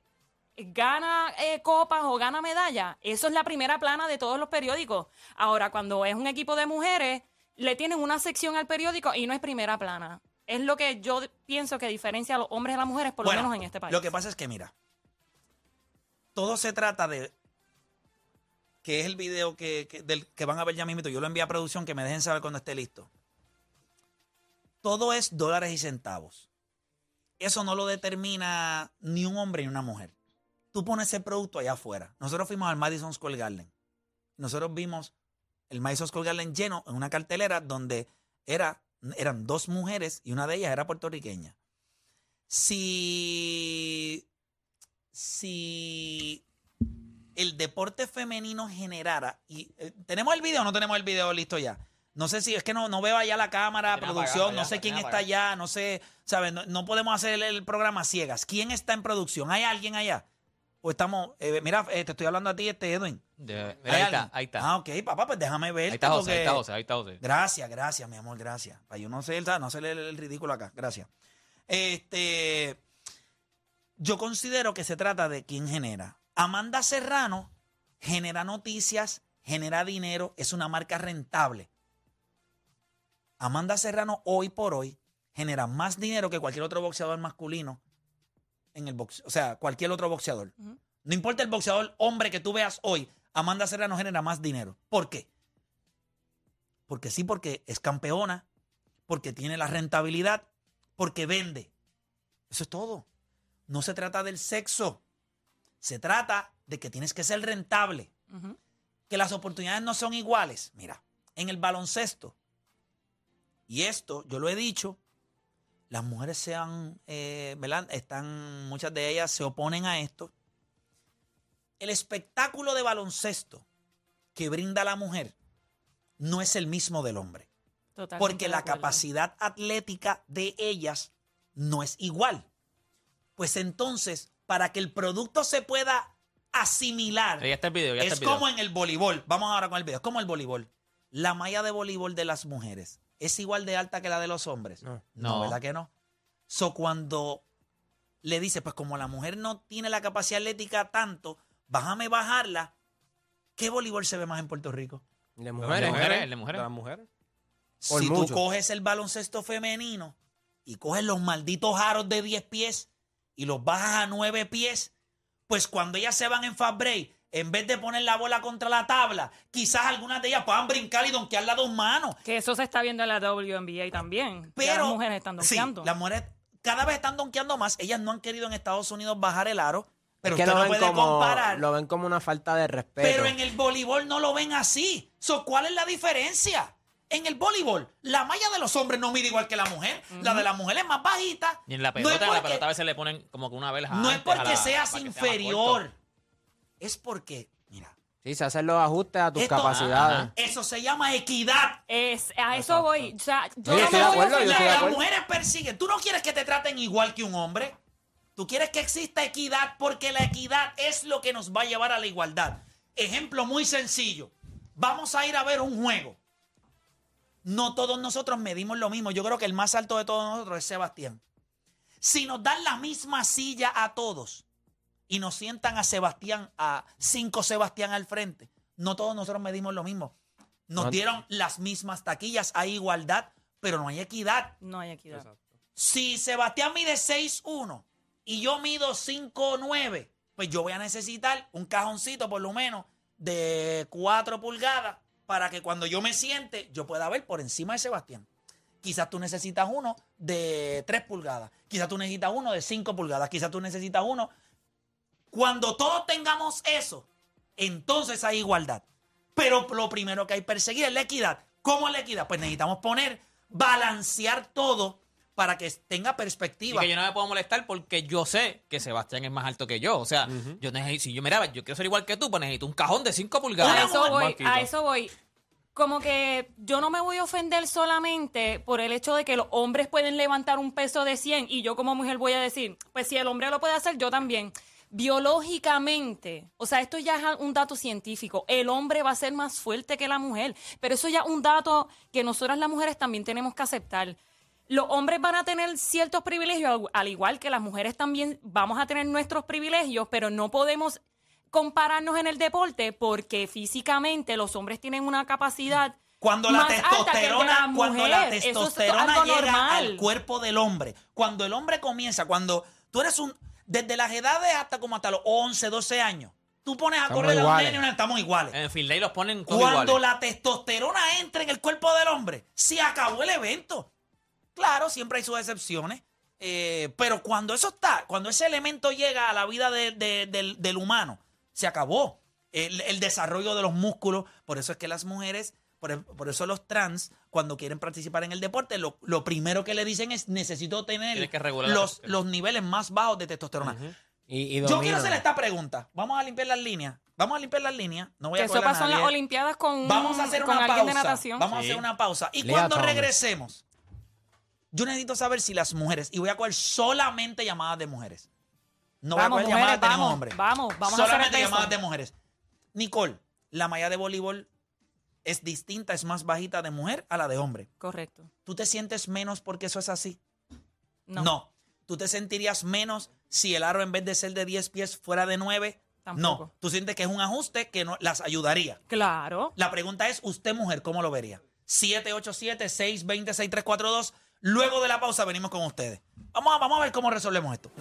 [SPEAKER 8] gana eh, copas o gana medallas, eso es la primera plana de todos los periódicos. Ahora, cuando es un equipo de mujeres, le tienen una sección al periódico y no es primera plana. Es lo que yo pienso que diferencia a los hombres y a las mujeres, por
[SPEAKER 3] Bueno,
[SPEAKER 8] lo menos en este país.
[SPEAKER 3] Lo que pasa es que, mira, todo se trata de. que es el video que, que- del, que van a ver ya mismo. Yo lo envié a producción, que me dejen saber cuando esté listo. Todo es dólares y centavos. Eso no lo determina ni un hombre ni una mujer. Tú pones ese producto allá afuera. Nosotros fuimos al Madison Square Garden. Nosotros vimos el Madison Square Garden lleno en una cartelera donde era, eran dos mujeres y una de ellas era puertorriqueña si, si el deporte femenino generara, y eh, ¿tenemos el video o no tenemos el video listo ya? No sé si es que no, no veo allá la cámara,
[SPEAKER 5] tiene
[SPEAKER 3] producción,
[SPEAKER 5] apagado ya,
[SPEAKER 3] no sé
[SPEAKER 5] la
[SPEAKER 3] quién
[SPEAKER 5] tiene
[SPEAKER 3] está allá, no sé, ¿sabes? No, no podemos hacer el, el programa a ciegas. ¿Quién está en producción? ¿Hay alguien allá? O estamos, eh, mira, eh, te estoy hablando a ti, este Edwin.
[SPEAKER 5] De-
[SPEAKER 3] ¿Hay
[SPEAKER 5] ahí
[SPEAKER 3] alguien?
[SPEAKER 5] está, ahí está.
[SPEAKER 3] Ah, ok, papá, pues déjame ver.
[SPEAKER 5] Ahí está José, ahí está José, ahí está José.
[SPEAKER 3] Gracias, gracias, mi amor, gracias. Para yo no sé, no hacerle el, el ridículo acá, gracias. Este, yo considero que se trata de quién genera. Amanda Serrano genera noticias, genera dinero, es una marca rentable. Amanda Serrano hoy por hoy genera más dinero que cualquier otro boxeador masculino en el boxeo, o sea, cualquier otro boxeador.
[SPEAKER 8] Ujú.
[SPEAKER 3] No importa el boxeador hombre que tú veas hoy, Amanda Serrano genera más dinero. ¿Por qué? Porque sí, porque es campeona, porque tiene la rentabilidad, porque vende. Eso es todo. No se trata del sexo. Se trata de que tienes que ser rentable,
[SPEAKER 8] Ujú.
[SPEAKER 3] que las oportunidades no son iguales. Mira, en el baloncesto, y esto yo lo he dicho, las mujeres se han, eh, ¿verdad? Están, muchas de ellas se oponen a esto. El espectáculo de baloncesto que brinda la mujer no es el mismo del hombre.
[SPEAKER 8] Totalmente
[SPEAKER 3] Porque
[SPEAKER 8] de
[SPEAKER 3] la
[SPEAKER 8] acuerdo.
[SPEAKER 3] capacidad atlética de ellas no es igual. Pues entonces, para que el producto se pueda asimilar,
[SPEAKER 5] Ahí está el video, ya está
[SPEAKER 3] es
[SPEAKER 5] el video.
[SPEAKER 3] como en el voleibol. Vamos ahora con el video. Es como el voleibol. La malla de voleibol de las mujeres es igual de alta que la de los hombres. No,
[SPEAKER 5] No.
[SPEAKER 3] ¿verdad que no? So, cuando le dice, pues como la mujer no tiene la capacidad atlética tanto, bájame bajarla. ¿Qué voleibol se ve más en Puerto Rico?
[SPEAKER 7] De
[SPEAKER 5] De
[SPEAKER 7] mujeres.
[SPEAKER 5] mujeres, de mujeres.
[SPEAKER 4] De las mujeres.
[SPEAKER 7] Por
[SPEAKER 3] si tú
[SPEAKER 7] mucho.
[SPEAKER 3] coges el baloncesto femenino y coges los malditos aros de 10 pies y los bajas a nueve pies, pues cuando ellas se van en fast break, en vez de poner la bola contra la tabla, quizás algunas de ellas puedan brincar y donkearla a dos manos.
[SPEAKER 8] Que eso se está viendo en la WNBA también.
[SPEAKER 3] Pero
[SPEAKER 8] Ya las mujeres están
[SPEAKER 3] sí,
[SPEAKER 8] donkeando.
[SPEAKER 3] las mujeres cada vez están donkeando más. Ellas no han querido en Estados Unidos bajar el aro, pero
[SPEAKER 7] Es que
[SPEAKER 3] usted
[SPEAKER 7] lo
[SPEAKER 3] no
[SPEAKER 7] ven
[SPEAKER 3] puede
[SPEAKER 7] como-
[SPEAKER 3] comparar.
[SPEAKER 7] Lo ven como una falta de respeto.
[SPEAKER 3] Pero en el voleibol no lo ven así. So, ¿Cuál es la diferencia? En el voleibol, la malla de los hombres no mide igual que la mujer. La de la mujer es más bajita.
[SPEAKER 5] Y en la
[SPEAKER 3] No es
[SPEAKER 5] pelota, a la
[SPEAKER 3] porque-
[SPEAKER 5] pelota a veces le ponen como que una vela.
[SPEAKER 3] No es
[SPEAKER 5] antes a la-
[SPEAKER 3] porque seas
[SPEAKER 5] para que sea más
[SPEAKER 3] inferior.
[SPEAKER 5] corto.
[SPEAKER 3] Es porque, mira,
[SPEAKER 7] Sí, se hacen los ajustes a tus
[SPEAKER 3] Esto-
[SPEAKER 7] capacidades.
[SPEAKER 5] Ajá.
[SPEAKER 3] eso se llama equidad.
[SPEAKER 8] Es, a eso voy. O sea, yo
[SPEAKER 7] Oye,
[SPEAKER 8] no
[SPEAKER 7] estoy de
[SPEAKER 8] me voy a
[SPEAKER 7] acuerdo, yo
[SPEAKER 8] ofender.
[SPEAKER 7] estoy de
[SPEAKER 3] Las
[SPEAKER 7] acuerdo.
[SPEAKER 3] mujeres persiguen. Tú no quieres que te traten igual que un hombre. Tú quieres que exista equidad porque la equidad es lo que nos va a llevar a la igualdad. Ejemplo muy sencillo. Vamos a ir a ver un juego. No todos nosotros medimos lo mismo. Yo creo que el más alto de todos nosotros es Sebastián. Si nos dan la misma silla a todos y nos sientan a Sebastián, a cinco Sebastián al frente, no todos nosotros medimos lo mismo. Nos
[SPEAKER 7] No.
[SPEAKER 3] dieron las mismas taquillas, hay igualdad, pero no hay equidad.
[SPEAKER 8] No hay equidad.
[SPEAKER 3] Si Sebastián mide 6'1 y yo mido 5'9, pues yo voy a necesitar un cajoncito por lo menos de 4 pulgadas para que cuando yo me siente yo pueda ver por encima de Sebastián. Quizás tú necesitas uno de 3 pulgadas, quizás tú necesitas uno de 5 pulgadas, quizás tú necesitas uno. Cuando todos tengamos eso, entonces hay igualdad. Pero lo primero que hay que perseguir es la equidad. ¿Cómo es la equidad? Pues necesitamos poner, balancear todo para que tenga
[SPEAKER 5] Y
[SPEAKER 3] perspectiva.
[SPEAKER 5] que yo no me puedo molestar porque yo sé que Sebastián es más alto que yo. O sea, yo necesito, si yo miraba, yo quiero ser igual que tú, pues necesito un cajón de 5 pulgadas.
[SPEAKER 8] A eso voy,
[SPEAKER 4] Marquito.
[SPEAKER 8] a eso voy. Como que yo no me voy a ofender solamente por el hecho de que los hombres pueden levantar un peso de 100 y yo como mujer voy a decir, pues si el hombre lo puede hacer, yo también. Biológicamente, o sea, esto ya es un dato científico, el hombre va a ser más fuerte que la mujer, pero eso ya es un dato que nosotras las mujeres también tenemos que aceptar los hombres van a tener ciertos privilegios, al- al igual que las mujeres también vamos a tener nuestros privilegios, pero no podemos compararnos en el deporte porque físicamente los hombres tienen una capacidad
[SPEAKER 3] Cuando la
[SPEAKER 8] más alta que el de
[SPEAKER 3] testosterona,
[SPEAKER 8] la
[SPEAKER 3] cuando la
[SPEAKER 8] mujer. Eso es
[SPEAKER 3] testosterona
[SPEAKER 8] algo
[SPEAKER 3] llega
[SPEAKER 8] normal.
[SPEAKER 3] al cuerpo del hombre, cuando el hombre comienza, cuando tú eres un desde las edades hasta como hasta los 11, 12 años, tú pones a
[SPEAKER 7] Estamos
[SPEAKER 3] correr a un
[SPEAKER 7] iguales.
[SPEAKER 3] nene y una- estamos iguales.
[SPEAKER 5] En Finlay los ponen todos
[SPEAKER 3] Cuando
[SPEAKER 5] iguales.
[SPEAKER 3] la testosterona entra en el cuerpo del hombre, se acabó el evento. Claro, siempre hay sus excepciones. eh, pero cuando eso está, cuando ese elemento llega a la vida de- de- del, del humano, se acabó. El, el desarrollo de los músculos. Por eso es que las mujeres, por, por eso los trans, cuando quieren participar en el deporte, lo, lo primero que le dicen es necesito tener
[SPEAKER 5] Tienes que regular la
[SPEAKER 3] los,
[SPEAKER 5] testosterona".
[SPEAKER 3] los niveles más bajos de testosterona.
[SPEAKER 7] Y, y
[SPEAKER 3] Yo
[SPEAKER 7] domina.
[SPEAKER 3] quiero hacer esta pregunta. Vamos a limpiar las líneas. Vamos a limpiar las líneas. No voy
[SPEAKER 8] que
[SPEAKER 3] a
[SPEAKER 8] eso
[SPEAKER 3] coger a
[SPEAKER 8] pasó en las
[SPEAKER 3] nadie. ¿eh?
[SPEAKER 8] olimpiadas con,
[SPEAKER 3] Vamos a hacer
[SPEAKER 8] Mm, con
[SPEAKER 3] una
[SPEAKER 8] alguien de
[SPEAKER 3] pausa.
[SPEAKER 8] natación.
[SPEAKER 3] Vamos a
[SPEAKER 5] Sí.
[SPEAKER 3] hacer una pausa. Y
[SPEAKER 7] Lea
[SPEAKER 3] cuando
[SPEAKER 7] Thomas.
[SPEAKER 3] regresemos, yo necesito saber si las mujeres, y voy a coger solamente llamadas de mujeres. No voy
[SPEAKER 8] Vamos,
[SPEAKER 3] a coger llamadas
[SPEAKER 8] mujeres,
[SPEAKER 3] de ningún
[SPEAKER 8] vamos,
[SPEAKER 3] hombre.
[SPEAKER 8] vamos, vamos a hacer
[SPEAKER 3] solamente
[SPEAKER 8] el peso.
[SPEAKER 3] llamadas de mujeres. Nicole, la malla de voleibol es distinta, es más bajita de mujer a la de hombre.
[SPEAKER 8] Correcto.
[SPEAKER 3] ¿Tú te sientes menos porque eso es así?
[SPEAKER 8] No.
[SPEAKER 3] ¿Tú te sentirías menos si el aro en vez de ser de 10 pies fuera de 9? No.
[SPEAKER 8] Tampoco.
[SPEAKER 3] ¿Tú sientes que es un ajuste que no, las ayudaría?
[SPEAKER 8] Claro.
[SPEAKER 3] La pregunta es, usted mujer, ¿cómo lo vería? 787-620-6342. Luego de la pausa venimos con ustedes. Vamos a, vamos a ver cómo resolvemos esto.